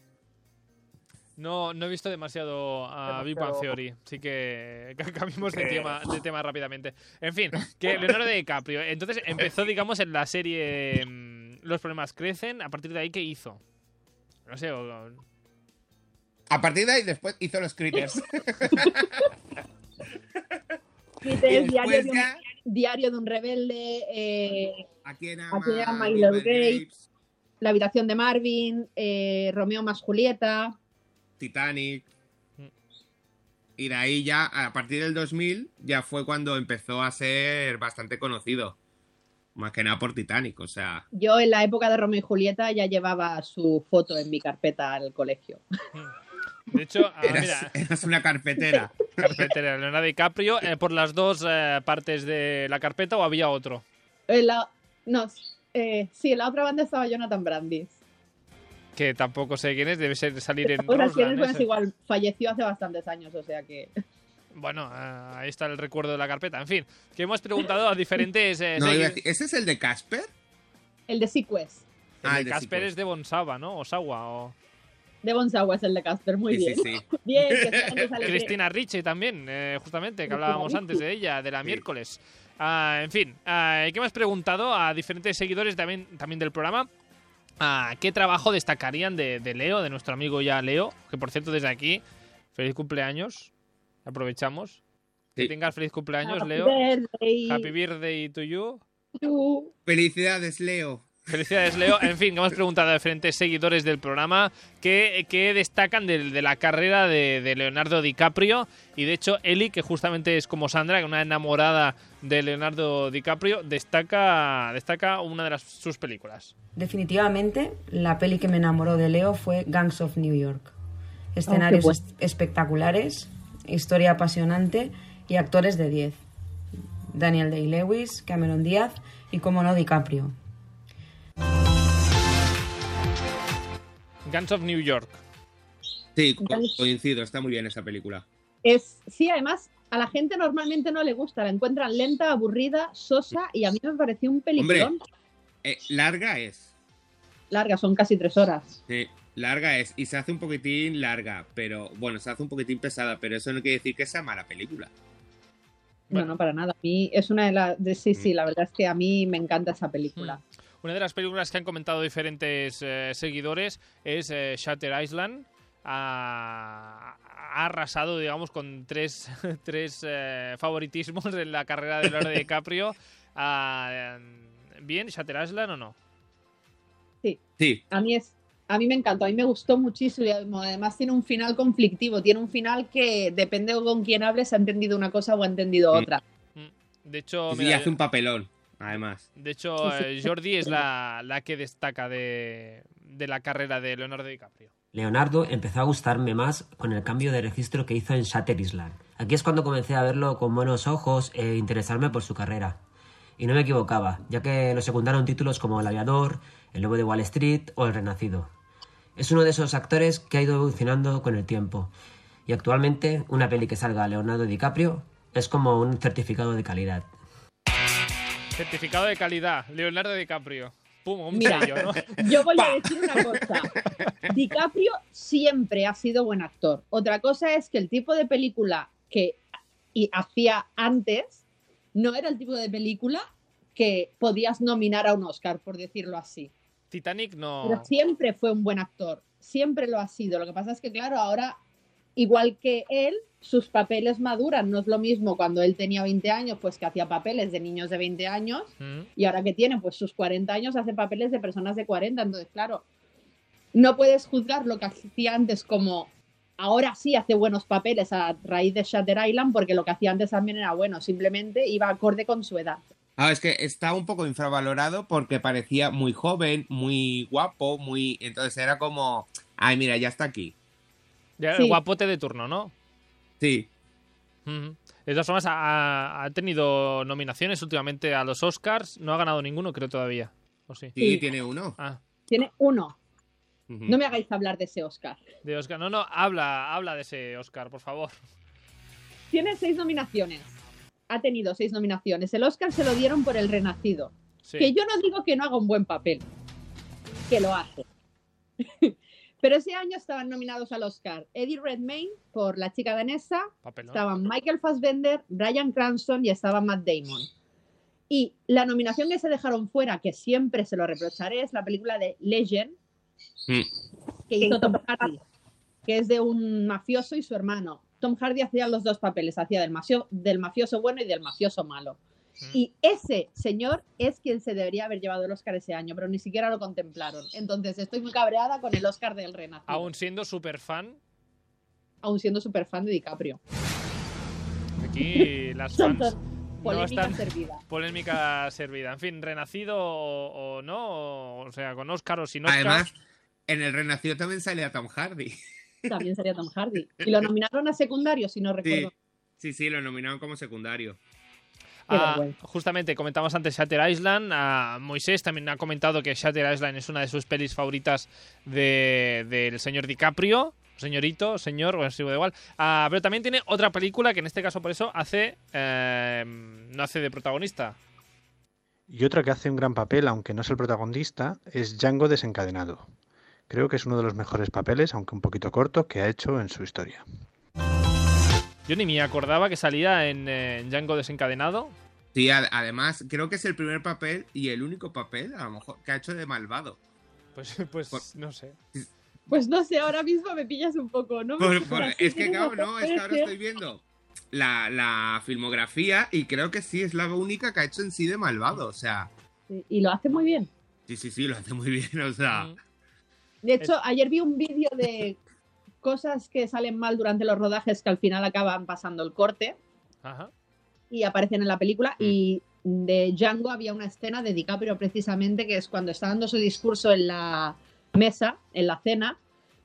No, no he visto demasiado a Big Bang
Demasiado.
Theory, así que ca- cambiemos
Eh.
de tema, de tema rápidamente. En fin, que Leonardo DiCaprio. Entonces empezó, digamos, en la serie mm, Los problemas crecen. A partir de ahí, ¿qué hizo? No sé, o- o-
A partir de ahí, después hizo los critters.
Y
Y
te- diario,
después
de un,
ya,
Diario de un rebelde, eh,
¿a quién
¿A quién
ama
ama Gilbert
Gilbert
Grape?
Grapes?
La habitación de Marvin, eh, Romeo más Julieta.
Titanic.
Mm.
Y de ahí ya, a partir del 2000, ya fue cuando empezó a ser bastante conocido. Más que nada por Titanic, o sea.
Yo en la época de Romeo y Julieta ya llevaba su foto en mi carpeta al colegio.
de hecho, ah,
Eras,
mira,
eras una carpetera.
carpetera, Leonardo DiCaprio, eh, por las dos eh, partes de la carpeta o había otro.
En la- no, eh, sí, en la otra banda estaba Jonathan Brandis.
Que tampoco sé quién es, debe ser salir en
Pues así
Roseanne, ¿eh?
es, bueno,
ese.
es igual, falleció hace bastantes años, o sea que.
Bueno, ah, ahí está el recuerdo de la carpeta. En fin, que hemos preguntado a diferentes... eh,
No,
series-
iba a decir, ¿Ese es el de Casper?
El de Sequest,
El
Ah,
de
el de
Casper
Sequest.
es eh, de Bonsaba, ¿no? O Sawa, o...
de Bonsagua es el de Casper, muy
sí,
bien.
sí, sí.
Bien, que sea que sale bien.
Cristina Ricci también, eh, justamente, que
Cristina
hablábamos
Ricci.
antes de ella, de la
Sí.
miércoles. Ah, en fin, ah, ¿qué me has preguntado a diferentes seguidores también, también del programa? Ah, ¿Qué trabajo destacarían de, de Leo, de nuestro amigo ya Leo? Que por cierto, desde aquí, feliz cumpleaños. Aprovechamos. Que
Sí.
tengas feliz cumpleaños,
Happy
Leo.
birthday
Happy birthday to you.
to-
Felicidades, Leo.
Felicidades, Leo. En fin, que hemos preguntado a diferentes seguidores del programa qué, qué destacan del- de, la carrera de, de Leonardo DiCaprio. Y de hecho, Eli, que justamente es como Sandra, una enamorada de Leonardo DiCaprio, destaca, destaca una de las, sus películas.
Definitivamente, la peli que me enamoró de Leo fue Gangs of New York. Escenarios
bueno.
est- espectaculares, historia apasionante y actores de 10. Daniel Day-Lewis, Cameron Díaz y, como no, DiCaprio.
Guns of New York.
Sí, co- coincido, está muy bien esa película.
Es, sí, además, a la gente normalmente no le gusta, la encuentran lenta, aburrida, sosa y a mí me pareció un peliculón.
Eh, larga es.
Larga, son casi tres horas.
Sí, larga es. Y se hace un poquitín larga, pero bueno, se hace un poquitín pesada, pero eso no quiere decir que sea mala película.
Bueno.
No, no, para nada. A mí es una de las. de- Sí,
Mm.
sí, la verdad es que a mí me encanta esa
Mm.
película.
Una de las películas que han comentado diferentes eh, seguidores es eh, Shutter Island. Ha, ha arrasado, digamos, con tres, tres eh, favoritismos en la carrera de Leonardo DiCaprio. Ah, eh, ¿Bien Shutter Island o no?
Sí,
A mí es. A mí me encantó, a mí me gustó muchísimo y además tiene un final conflictivo, tiene un final que depende con quién hables, ha entendido una cosa o ha entendido
Mm.
otra.
De hecho,
y
Oh, mira,
hace un papelón, además.
de hecho eh, Jordi es la, la que destaca de, de la carrera de Leonardo DiCaprio.
Leonardo empezó a gustarme más con el cambio de registro que hizo en Shatter Island. Aquí es cuando comencé a verlo con buenos ojos e interesarme por su carrera. Y no me equivocaba, ya que lo secundaron títulos como El Aviador, El Lobo de Wall Street o El Renacido. Es uno de esos actores que ha ido evolucionando con el tiempo. Y actualmente, una peli que salga a Leonardo DiCaprio es como un certificado de calidad.
Certificado de calidad, Leonardo DiCaprio. Pum, un
Mira.
sello, ¿no?
Yo voy a decir una cosa. DiCaprio siempre ha sido buen actor. Otra cosa es que el tipo de película que y hacía antes no era el tipo de película que podías nominar a un Oscar, por decirlo así.
Titanic no.
Pero siempre fue un buen actor, siempre lo ha sido. Lo que pasa es que, claro, ahora, igual que él, sus papeles maduran. No es lo mismo cuando él tenía 20 años, pues que hacía papeles de niños de 20 años,
Mm.
y ahora que tiene pues sus 40 años, hace papeles de personas de 40. Entonces, claro, no puedes juzgar lo que hacía antes como ahora sí hace buenos papeles a raíz de Shatter Island, porque lo que hacía antes también era bueno, simplemente iba acorde con su edad.
Ah, es que está un poco infravalorado porque parecía muy joven, muy guapo, muy. Entonces era como. Ay, mira, ya está aquí.
Ya, El
Sí.
guapote de turno, ¿no?
Sí.
Mm. De todas formas, ha, ha tenido nominaciones últimamente a los Oscars. No ha ganado ninguno, creo, todavía. ¿O sí?
Sí,
Sí.
tiene uno.
Ah,
Tiene uno.
Ujú.
No me hagáis hablar de ese Oscar.
de Oscar. No, no, habla, habla de ese Oscar, por favor.
Tiene seis nominaciones. Ha tenido seis nominaciones. El Oscar se lo dieron por El Renacido.
Sí.
Que yo no digo que no haga un buen papel, que lo hace. Pero ese año estaban nominados al Oscar Eddie Redmayne por La chica danesa,
Papel, ¿no?
estaban Michael Fassbender, Brian Cranston y estaba Matt Damon. Y la nominación que se dejaron fuera, que siempre se lo reprocharé, es la película de Legend,
Hmm.
Mm.
que hizo Tom Hardy, que es de un mafioso y su hermano. Tom Hardy hacía los dos papeles, hacía del, mafio- del mafioso bueno y del mafioso malo.
Mm.
Y ese señor es quien se debería haber llevado el Oscar ese año, pero ni siquiera lo contemplaron. Entonces estoy muy cabreada con el Oscar del Renacido,
Aún siendo súper fan,
aún siendo súper fan de DiCaprio.
aquí las
Son
fans no
Polémica
están.
servida.
Polémica servida. En fin, renacido o, o no, o, o sea, con Oscar o sin Oscar.
Además, en el Renacido también sale a Tom Hardy.
También sería Tom Hardy. Y lo nominaron a secundario, si no
Sí.
recuerdo.
Sí, sí, lo nominaron como secundario.
Qué
Ah,
vergüenza.
justamente comentamos antes Shatter Island. Ah, Moisés también ha comentado que Shatter Island es una de sus pelis favoritas de- del señor DiCaprio. Señorito, señor, bueno, sí, da igual. Ah, pero también tiene otra película que en este caso por eso hace. eh, no hace de protagonista.
Y otra que hace un gran papel, aunque no es el protagonista, es Django desencadenado. Creo que es uno de los mejores papeles, aunque un poquito corto, que ha hecho en su historia.
Yo ni me acordaba que salía en, eh, en Django desencadenado.
Sí, ad- además, creo que es el primer papel y el único papel, a lo mejor, que ha hecho de malvado.
Pues, pues no sé.
Pues no sé, ahora mismo me pillas un poco, ¿no?
Por-
Porque
Pues, por-
así
es que,
tienes
claro,
razón,
no, es que
puede
ahora
ser.
estoy viendo la, la filmografía y creo que sí es la única que ha hecho en sí de malvado. O sea,
Sí, Y lo hace muy bien.
sí, sí, sí, lo hace muy bien. O sea,
Mm.
De hecho, ayer vi un vídeo de cosas que salen mal durante los rodajes que al final acaban pasando el corte
Ajá.
y aparecen en la película.
Mm.
Y de Django había una escena de DiCaprio precisamente que es cuando está dando su discurso en la mesa, en la cena,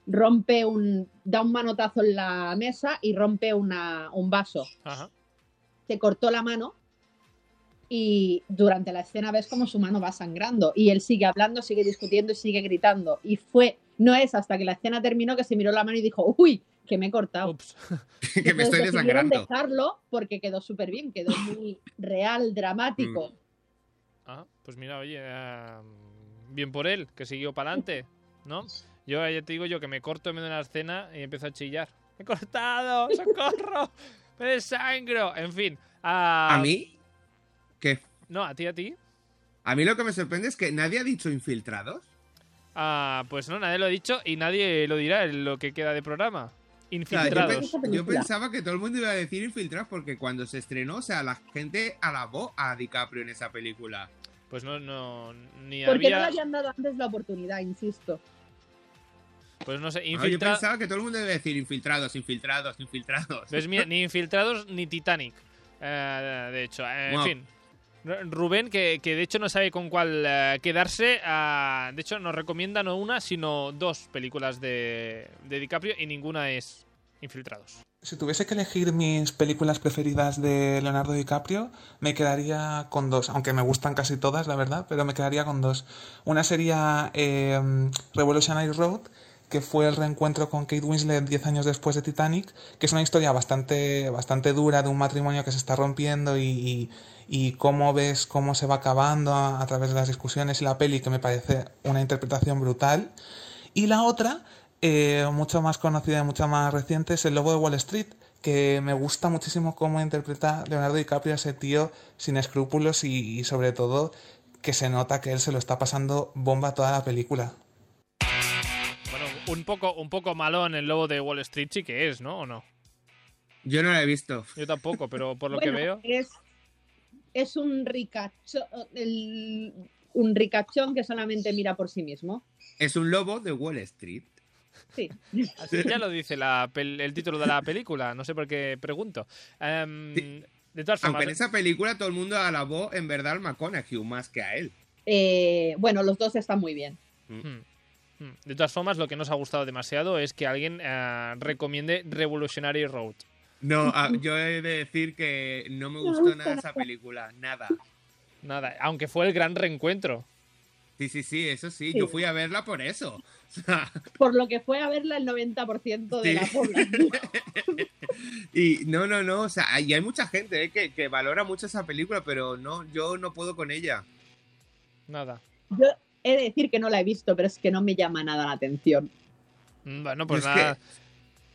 rompe un, da un manotazo en la mesa y rompe una, un vaso.
Ajá.
se cortó la mano y durante la escena ves como su mano va sangrando y él sigue hablando, sigue discutiendo y sigue gritando. Y fue, no es hasta que la escena terminó que se miró la mano y dijo, uy, que me he cortado.
Ups.
que me estoy
Entonces decidieron
desangrando.
dejarlo porque quedó súper bien, quedó muy real,
Mm.
dramático.
Ah, pues mira, oye, ah, bien por él, que siguió para adelante, ¿no? Yo ya te digo yo que me corto en medio de una escena y empiezo a chillar. ¡Me he cortado! ¡Socorro! ¡Me desangro! En fin. ah,
A mí, que
No, a ti, a ti.
a mí lo que me sorprende es que nadie ha dicho infiltrados.
Ah, pues no, nadie lo ha dicho y nadie lo dirá en lo que queda de programa.
O sea, Ah, yo,
Infiltrados.
pe- yo pensaba que todo el mundo iba a decir infiltrados porque cuando se estrenó, o sea, la gente alabó a DiCaprio en esa película.
Pues no, no, ni
Porque no
había...
le habían dado antes la oportunidad, insisto.
Pues no sé,
Ah, Yo
infiltrados...
pensaba que todo el mundo iba a decir infiltrados, infiltrados, infiltrados.
¿Ves? Mira, ni Infiltrados ni Titanic. Eh, de hecho, eh, en
Wow.
fin. R- Rubén, que, que de hecho no sabe con cuál eh, quedarse, ah, de hecho nos recomienda no una, sino dos películas de, de DiCaprio y ninguna es Infiltrados.
Si tuviese que elegir mis películas preferidas de Leonardo DiCaprio, me quedaría con dos, aunque me gustan casi todas, la verdad, pero me quedaría con dos. Una sería eh, Revolutionary Road, que fue el reencuentro con Kate Winslet 10 años después de Titanic, que es una historia bastante, bastante dura de un matrimonio que se está rompiendo y, y- y cómo ves cómo se va acabando a- a través de las discusiones y la peli, que me parece una interpretación brutal. Y la otra, eh, mucho más conocida y mucho más reciente, es El Lobo de Wall Street, que me gusta muchísimo cómo interpreta Leonardo DiCaprio a ese tío sin escrúpulos y, y sobre todo que se nota que él se lo está pasando bomba toda la película.
Bueno, un poco, un poco malón el lobo de Wall Street sí que es, ¿no? ¿O no?
Yo no la he visto.
Yo tampoco, pero por lo
Bueno,
que veo.
Es, es un ricacho, el- un ricachón que solamente mira por sí mismo.
Es un lobo de Wall Street.
Sí.
Así ya lo dice la pel- el título de la película, no sé por qué pregunto. Em, de todas formas,
Aunque en esa película todo el mundo alabó en verdad al McConaughey más que a él.
Eh, bueno, los dos están muy bien.
mm, mm, de todas formas, lo que nos ha gustado demasiado es que alguien eh, recomiende Revolutionary Road.
No, a- yo he de decir que no me gustó nada esa película, nada.
Nada, aunque fue el gran reencuentro.
Sí, sí, sí, eso sí, yo fui a verla por eso. O sea,
Por lo que fue a verla el 90% de
Sí.
la población.
y no, no, no, o sea, y hay mucha gente eh, que, que valora mucho esa película, pero no, yo no puedo con ella.
Nada.
Yo he de decir que no la he visto, pero es que no me llama nada la atención.
Mm, Bueno, pues
Es
nada.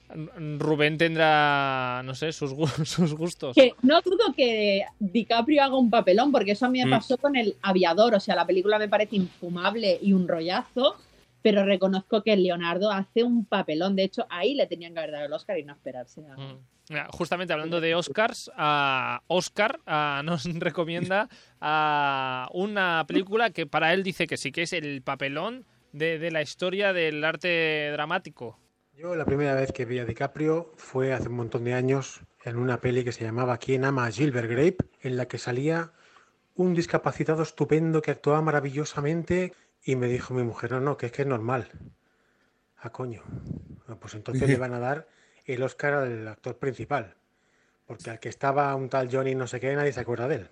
R- Rubén tendrá, no sé, sus, gu- sus
Pues
gustos.
Que no dudo que DiCaprio haga un papelón, porque eso a mí me
Mm.
pasó con el aviador. O sea, la película me parece infumable y un rollazo, pero reconozco que Leonardo hace un papelón. De hecho, ahí le tenían que haber dado el Oscar y no esperarse. a-
Mm. Mira, Justamente hablando de Oscars, a Oscar a, nos recomienda a una película que para él dice que sí, que es el papelón de, de la historia del arte dramático.
Yo la primera vez que vi a DiCaprio fue hace un montón de años en una peli que se llamaba ¿Quién ama a Gilbert Grape? en la que salía un discapacitado estupendo que actuaba maravillosamente y me dijo mi mujer, no, no, que es que es normal. Ah, coño. Ah, Pues entonces le van a dar el Oscar al actor principal, porque al que estaba un tal Johnny no sé qué, nadie se acuerda de él.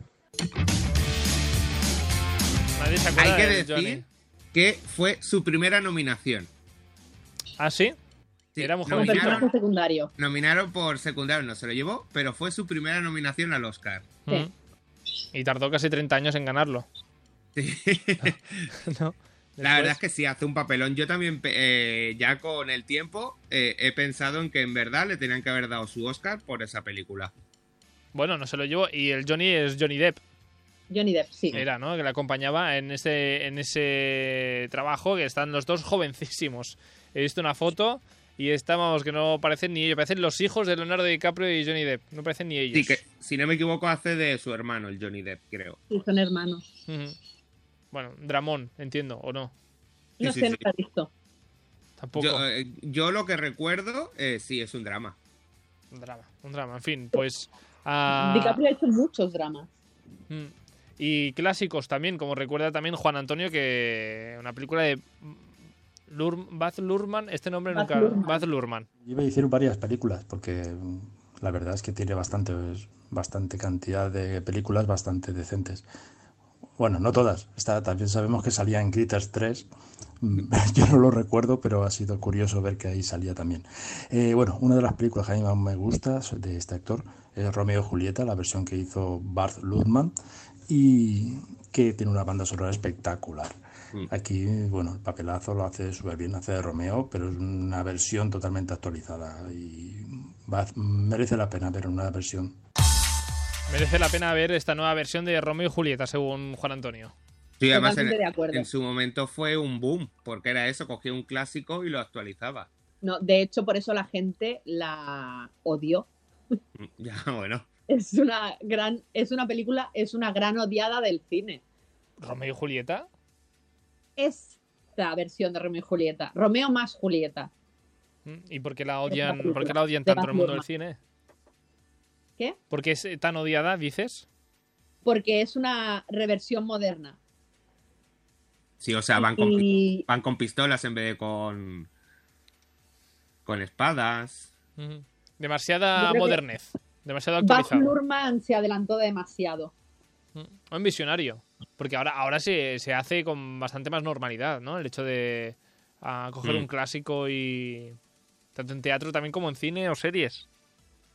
Nadie se
Hay
acuerda
que
de eh,
decir
Johnny.
que fue su primera nominación.
¿Ah, sí?
Sí,
Era mujer.
Un personaje
nominaron,
secundario.
nominaron por secundario, no se lo llevó, pero fue su primera nominación al Oscar.
Sí.
Mm. Y tardó casi 30 años en ganarlo.
Sí.
¿no?
La
Después-
verdad es que sí, hace un papelón. Yo también, pe- eh, ya con el tiempo, eh, he pensado en que en verdad le tenían que haber dado su Oscar por esa película.
Bueno, no se lo llevó. Y el Johnny es Johnny Depp.
Johnny Depp, sí.
era, ¿no? Que la acompañaba en ese, en ese trabajo que están los dos jovencísimos. He visto una foto y estábamos que no parecen ni ellos, parecen los hijos de Leonardo DiCaprio y Johnny Depp, no parecen ni ellos.
Sí, que si no me equivoco, hace de su hermano, el Johnny Depp, creo.
Sí, son hermanos.
Ujú. Bueno, Dramón, entiendo, o no,
Sí,
No
sí,
sé,
sí.
no la he visto.
tampoco.
Yo, eh, yo lo que recuerdo, eh, sí, es un drama.
Un drama, un drama, en fin, pues... ah,
DiCaprio ha hecho muchos dramas.
Mm. Y clásicos también, como recuerda también Juan Antonio, que una película de Lur- Baz Luhrmann, este nombre
Baz
nunca...
Luhrmann.
Baz Luhrmann.
Iba a hicieron varias películas, porque mm, la verdad es que tiene bastante, bastante cantidad de películas bastante decentes. Bueno, no todas. Está, también sabemos que salía en Critters 3. Mm, Yo no lo recuerdo, pero ha sido curioso ver que ahí salía también. Eh, bueno, una de las películas que a mí más me gusta de este actor es Romeo y Julieta, la versión que hizo Bart Luhrmann, y que tiene una banda sonora espectacular. Aquí, bueno, el papelazo lo hace súper bien, hace de Romeo, pero es una versión totalmente actualizada y va- merece la pena ver una versión.
Merece la pena ver esta nueva versión de Romeo y Julieta, según Juan Antonio.
Sí, además en,
Totalmente de acuerdo.
en su momento fue un boom, porque era eso, cogía un clásico y lo actualizaba.
No, de hecho, por eso la gente la odió.
Ya, bueno.
Es una gran, es una película, es una gran odiada del cine.
¿Romeo y Julieta?
Esta versión de Romeo y Julieta. Romeo más Julieta.
Mm, ¿Y por qué la odian,
película
por qué la odian
de
tanto en el
Baz
mundo del
Luhrmann.
cine?
¿Qué?
¿Por qué es eh, tan odiada, dices?
Porque es una reversión moderna.
Sí, o sea, van con, pi-
Y
van con pistolas en vez de con. con espadas.
Ujú.
Yo
Mm. Demasiada
creo que
modernez. Demasiado
Baz
actualizado.
Luhrmann se adelantó demasiado.
Mm, Un visionario. Porque ahora, ahora se, se hace con bastante más normalidad, ¿no? El hecho de ah, coger
Mm.
un clásico y. tanto en teatro también como en cine o series.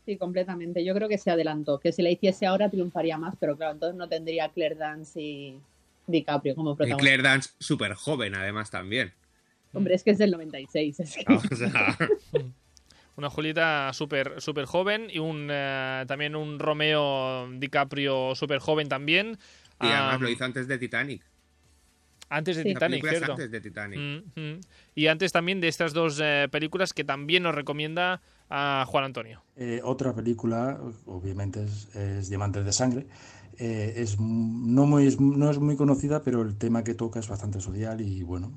Sí, completamente. Yo creo que se adelantó. Que si la hiciese ahora triunfaría más, pero claro, entonces no tendría a Claire Dance y DiCaprio como
Y
protagonistas.
Claire Dance, súper joven, además, también. Ah,
Hombre, es que es del 96. Es que...
O sea,
Una Julieta súper super joven y un eh, también un Romeo DiCaprio súper joven también.
y además
Am,
lo hizo antes de Titanic.
Antes de
Sí. La
Ah. Titanic,
película es
¿cierto?
antes de Titanic.
Mm, mm. Y antes también de estas dos eh, películas que también nos recomienda a Juan Antonio.
Eh, otra película, obviamente, es, es Diamantes de Sangre. Eh, es, m- no muy, es- no es muy conocida, pero el tema que toca es bastante social y bueno,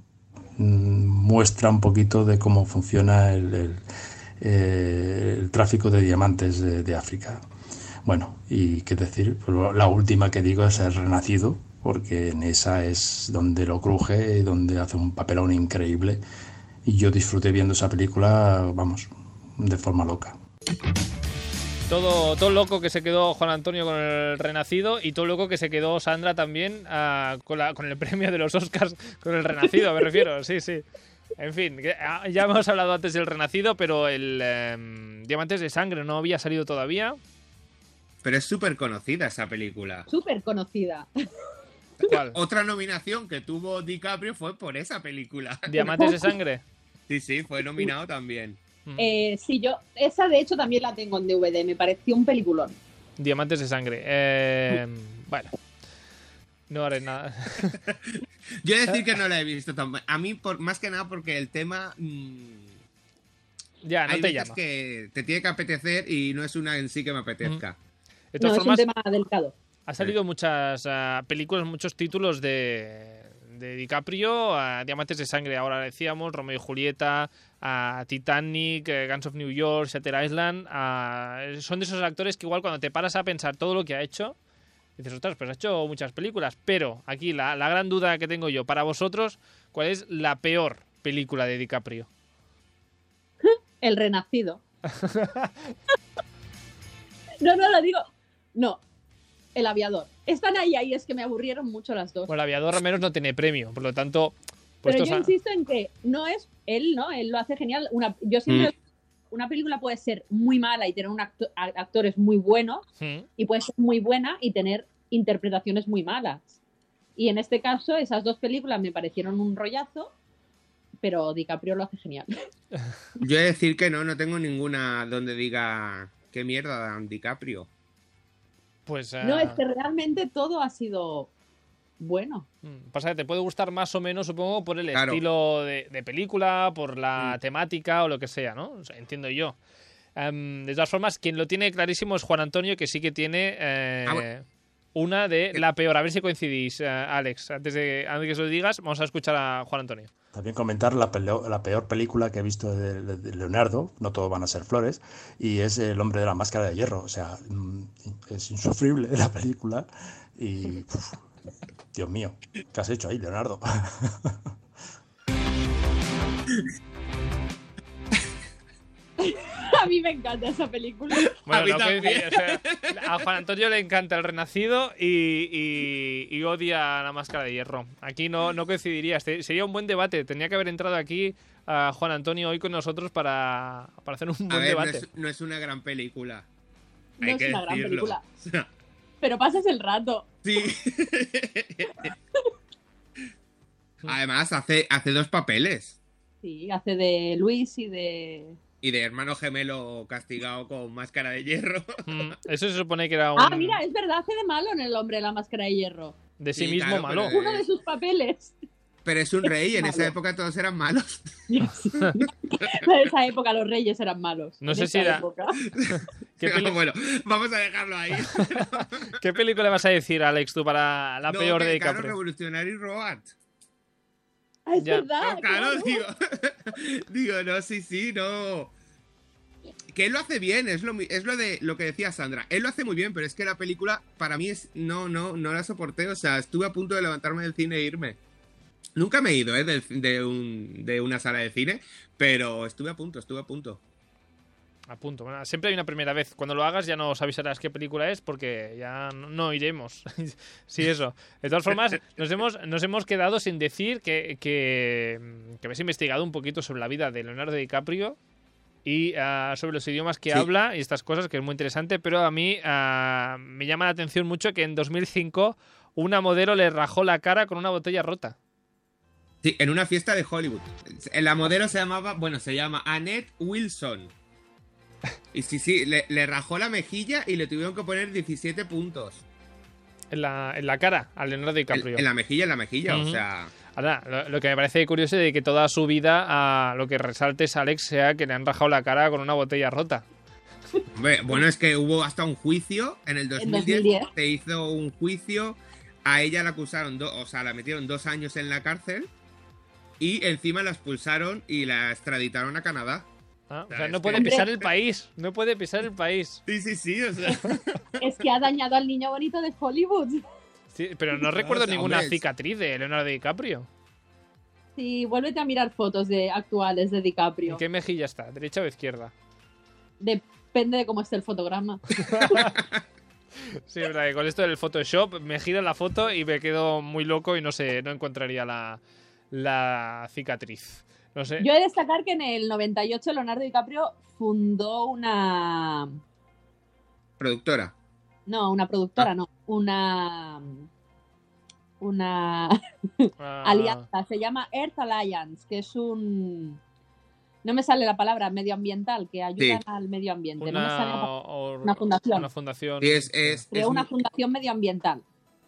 mm, muestra un poquito de cómo funciona el, el, eh, el tráfico de diamantes de, de África. Bueno, y qué decir, Pues la última que digo es El Renacido, porque en esa es donde lo cruje y donde hace un papelón increíble. Y yo disfruté viendo esa película, vamos, de forma loca.
Todo, todo loco que se quedó Juan Antonio con el Renacido y todo loco que se quedó Sandra también ah, con, la- con el premio de los Oscars con el Renacido, me refiero, sí, sí. En fin, que, ah, ya hemos hablado antes del Renacido, pero el em, Diamantes de Sangre no había salido todavía.
Pero es súper conocida esa película.
Súper conocida.
Mm.
Otra nominación que tuvo DiCaprio fue por esa película.
Diamantes de Sangre.
Sí, sí, fue nominado también.
Eh, sí, yo, esa de hecho también la tengo en DVD, me pareció un peliculón.
Diamantes de Sangre. Em, bueno. No haré nada.
Yo he de decir que no la he visto tampoco. A mí, por, más que nada, porque el tema. mm,
Ya, Ah, no
hay
te
veces
llama.
que te tiene que apetecer y no es una en sí que me apetezca.
De todas
no,
formas,
es un tema delicado.
ha salido muchas ah, películas, muchos títulos de, de DiCaprio, a Diamantes de Sangre, ahora decíamos, Romeo y Julieta, a Titanic, eh, Guns of New York, Shutter Island. ah, son de esos actores que igual cuando te paras a pensar todo lo que ha hecho, dices, ostras, pues ha hecho muchas películas. Pero aquí la, la gran duda que tengo yo para vosotros, ¿cuál es la peor película de DiCaprio?
El renacido. no, no, lo digo. No, el aviador. Están ahí, ahí, es que me aburrieron mucho las dos.
Bueno, el aviador al menos no tiene premio, por lo tanto...
Pero
puestos
yo
a-
insisto en que no es él, ¿no? Él lo hace genial. Una, yo
Mm.
siempre. Una película puede ser muy mala y tener un acto- a- actores muy buenos,
Mm.
y puede ser muy buena y tener interpretaciones muy malas. Y en este caso, esas dos películas me parecieron un rollazo, pero DiCaprio lo hace genial.
Yo he de decir que no, no tengo ninguna donde diga qué mierda Dan DiCaprio.
Pues,
No,
ah,
es que realmente todo ha sido bueno.
Mm, Pasa que te puede gustar más o menos, supongo, por el
Claro. Mm.
estilo de, de película, por la temática o lo que sea, ¿no? O sea, entiendo yo. Em, de todas formas, quien lo tiene clarísimo es Juan Antonio, que sí que tiene eh,
Ah, bueno. Eh.
una de la peor. A ver si coincidís, eh, Alex. Antes de, antes de que se lo digas, vamos a escuchar a Juan Antonio.
También comentar la, peleo- la peor película que he visto de, de- de Leonardo, no todo van a ser flores, y es El hombre de la máscara de hierro. O sea, mm, es insufrible la película y, uf, Dios mío, ¿qué has hecho ahí, Leonardo?
A mí me encanta esa película.
Bueno,
A mí
no, que
también.
decir, o sea, a Juan Antonio le encanta el Renacido y, y- y odia la máscara de hierro. Aquí no, no coincidiría. Este- Sería un buen debate. Tenía que haber entrado aquí a Juan Antonio hoy con nosotros para, para hacer un
A
buen
ver, no
debate.
es, no es una gran película.
No
Hay
es
que
una gran
decirlo.
película. Pero pasas el rato.
Sí. Además, hace, hace dos papeles.
Sí, hace de Luis y de.
Y de hermano gemelo castigado con máscara de hierro.
Mm, Eso se supone que era un
Ah, mira, es verdad, hace de malo en El hombre de la máscara de hierro.
de sí,
Sí,
mismo
claro,
malo.
pero-
Uno de sus papeles.
Pero es un rey, en esa
Malo.
época todos eran malos.
En esa época los reyes eran malos.
No
En
sé si
esa
era-
época.
¿Qué,
Pero
peli-
bueno, vamos a dejarlo ahí.
qué película vas a decir, Alex, tú para la
No,
peor
que
de
Carlos
DiCaprio?
Revolucionario y Robart.
Ah, es
Ya.
verdad.
No,
claro.
claro, digo. digo, no, sí, sí, no. Que él lo hace bien, es lo, mi- es lo de lo que decía Sandra. Él lo hace muy bien, pero es que la película para mí es no, no, no la soporté. O sea, estuve a punto de levantarme del cine e irme. Nunca me he ido, ¿eh? del- De, un- de una sala de cine, pero estuve a punto, estuve a punto.
A punto. Bueno, siempre hay una primera vez. Cuando lo hagas ya nos avisarás qué película es porque ya no, no iremos. sí, eso. De todas formas, nos hemos, nos hemos quedado sin decir que, que, que habéis investigado un poquito sobre la vida de Leonardo DiCaprio y ah, sobre los idiomas que
Sí.
habla y estas cosas, que es muy interesante, pero a mí ah, me llama la atención mucho que en 2005 una modelo le rajó la cara con una botella rota.
Sí, en una fiesta de Hollywood. Eh, La modelo se llamaba, bueno, se llama Annette Wilson. Y sí, sí, le, le rajó la mejilla y le tuvieron que poner 17 puntos.
En la, en la cara a Leonardo
En,
DiCaprio.
en la mejilla, en la mejilla,
Ujú.
o sea.
Ahora, lo, lo que me parece curioso es de que toda su vida a lo que resaltes Alex sea que le han rajado la cara con una botella rota.
Hombre, bueno, es que hubo hasta un juicio en el 2010.
2010.
Se hizo un juicio. A ella la acusaron, do- o sea, la metieron dos años en la cárcel. Y encima la expulsaron y la extraditaron a Canadá.
Ah, O sea, no puede pisar el país. No puede pisar el país.
Sí, sí, sí. O sea.
Es que ha dañado al niño bonito de Hollywood.
pero no
Claro,
recuerdo
o sea,
ninguna
hombre, es-
cicatriz de Leonardo DiCaprio.
Sí, vuélvete a mirar fotos de actuales de DiCaprio.
¿En qué mejilla está? ¿Derecha o izquierda?
Depende de cómo esté el fotograma.
Sí, es verdad que con esto del Photoshop me gira la foto y me quedo muy loco y no sé, no encontraría la, la cicatriz. No sé.
Yo he de destacar que en el 98 Leonardo DiCaprio fundó una.
Productora.
No, una
Ah.
productora, no. Una. Una
Ah,
alianza. Se llama Earth Alliance, que es un. No me sale la palabra, medioambiental, que ayudan
Sí.
al medio ambiente. No me sale la
Una,
palabra.
o-
una fundación.
Una fundación.
Sí, es, es, es
Creó una
un-
fundación medioambiental.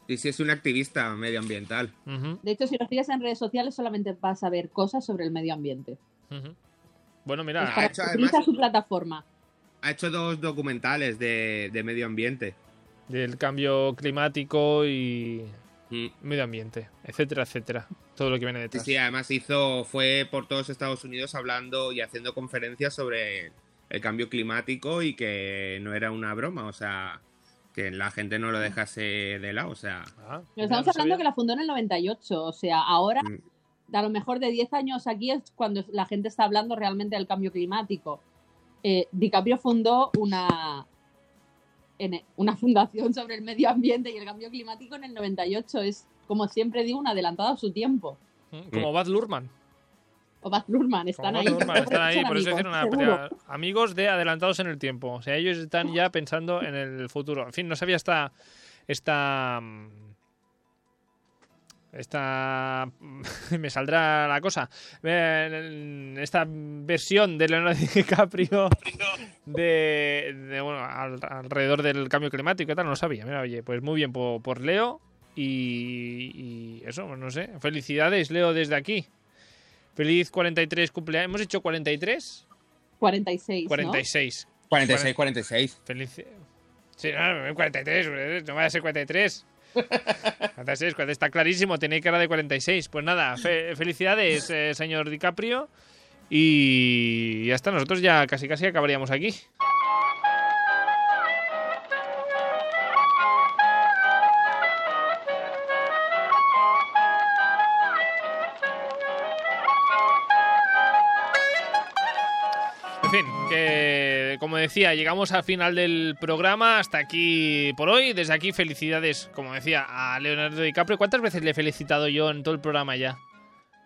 sí, sí, es un activista medioambiental.
Ujú,
De hecho, si lo sigues en redes sociales, solamente vas a ver cosas sobre el medio ambiente.
ujú. Bueno,
Es
mira,
para-
hecho, Ah, además-
utiliza su plataforma.
Ha hecho dos documentales de, de medio ambiente.
del cambio climático y
Mm.
medio ambiente, etcétera, etcétera. Todo lo que viene
Sí,
detrás.
sí, además hizo, fue por todos Estados Unidos hablando y haciendo conferencias sobre el cambio climático y que no era una broma, o sea, que la gente no lo dejase de lado, o sea,
Ah,
Pero
mira,
estamos
no
hablando
sabía. Mm.
que la fundó en el 98, o sea, ahora, a lo mejor de 10 años aquí es cuando la gente está hablando realmente del cambio climático. Eh, DiCaprio fundó una, en- e, una fundación sobre el medio ambiente y el cambio climático en el 98. Es, como siempre digo, un adelantado a su tiempo.
Mm, Como Bad Lurman.
O Baz Luhrmann, están
Como
ahí.
Baz Luhrmann, están ahí,
Son
por eso
amigos,
hicieron una
seguro.
pelea. Amigos de adelantados en el tiempo. O sea, ellos están ya pensando en el futuro. En fin, no sabía esta. Esta. mm, Esta. mm, Me saldrá la cosa. Eh, Esta versión de Leonardo DiCaprio de. de, bueno, al- alrededor del cambio climático y tal, no lo sabía. Mira, oye, pues muy bien por, por Leo. Y, y eso, pues no sé. Felicidades, Leo, desde aquí. Feliz 43 cumpleaños. ¿Hemos hecho 43?
46. ¿no?
46.
46, 46.
Feliz. Sí, no, 43, no vaya a ser 43. 46, 40, está clarísimo, tenéis cara de 46. Pues nada, fe- felicidades, eh, señor DiCaprio. Y ya está, nosotros ya casi casi acabaríamos aquí. En fin, que como decía, llegamos al final del programa. Hasta aquí por hoy. Desde aquí, felicidades, como decía, a Leonardo DiCaprio. ¿Cuántas veces le he felicitado yo en todo el programa ya?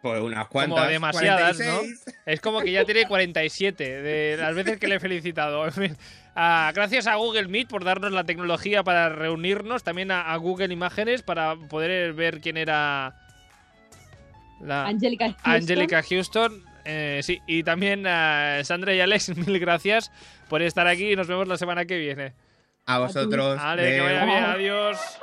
Pues unas cuantas.
Como demasiadas, ¿no?
46.
Es como que ya tiene 47 de las veces que le he felicitado. En fin, a- gracias a Google Meet por darnos la tecnología para reunirnos. También a, a Google Imágenes para poder ver quién era la
Angélica Houston.
Angélica Houston. Eh, sí, y también a Sandra y Alex, mil gracias por estar aquí. Nos vemos la semana que viene.
A vosotros.
Vale, que
Leo.
vaya bien, adiós.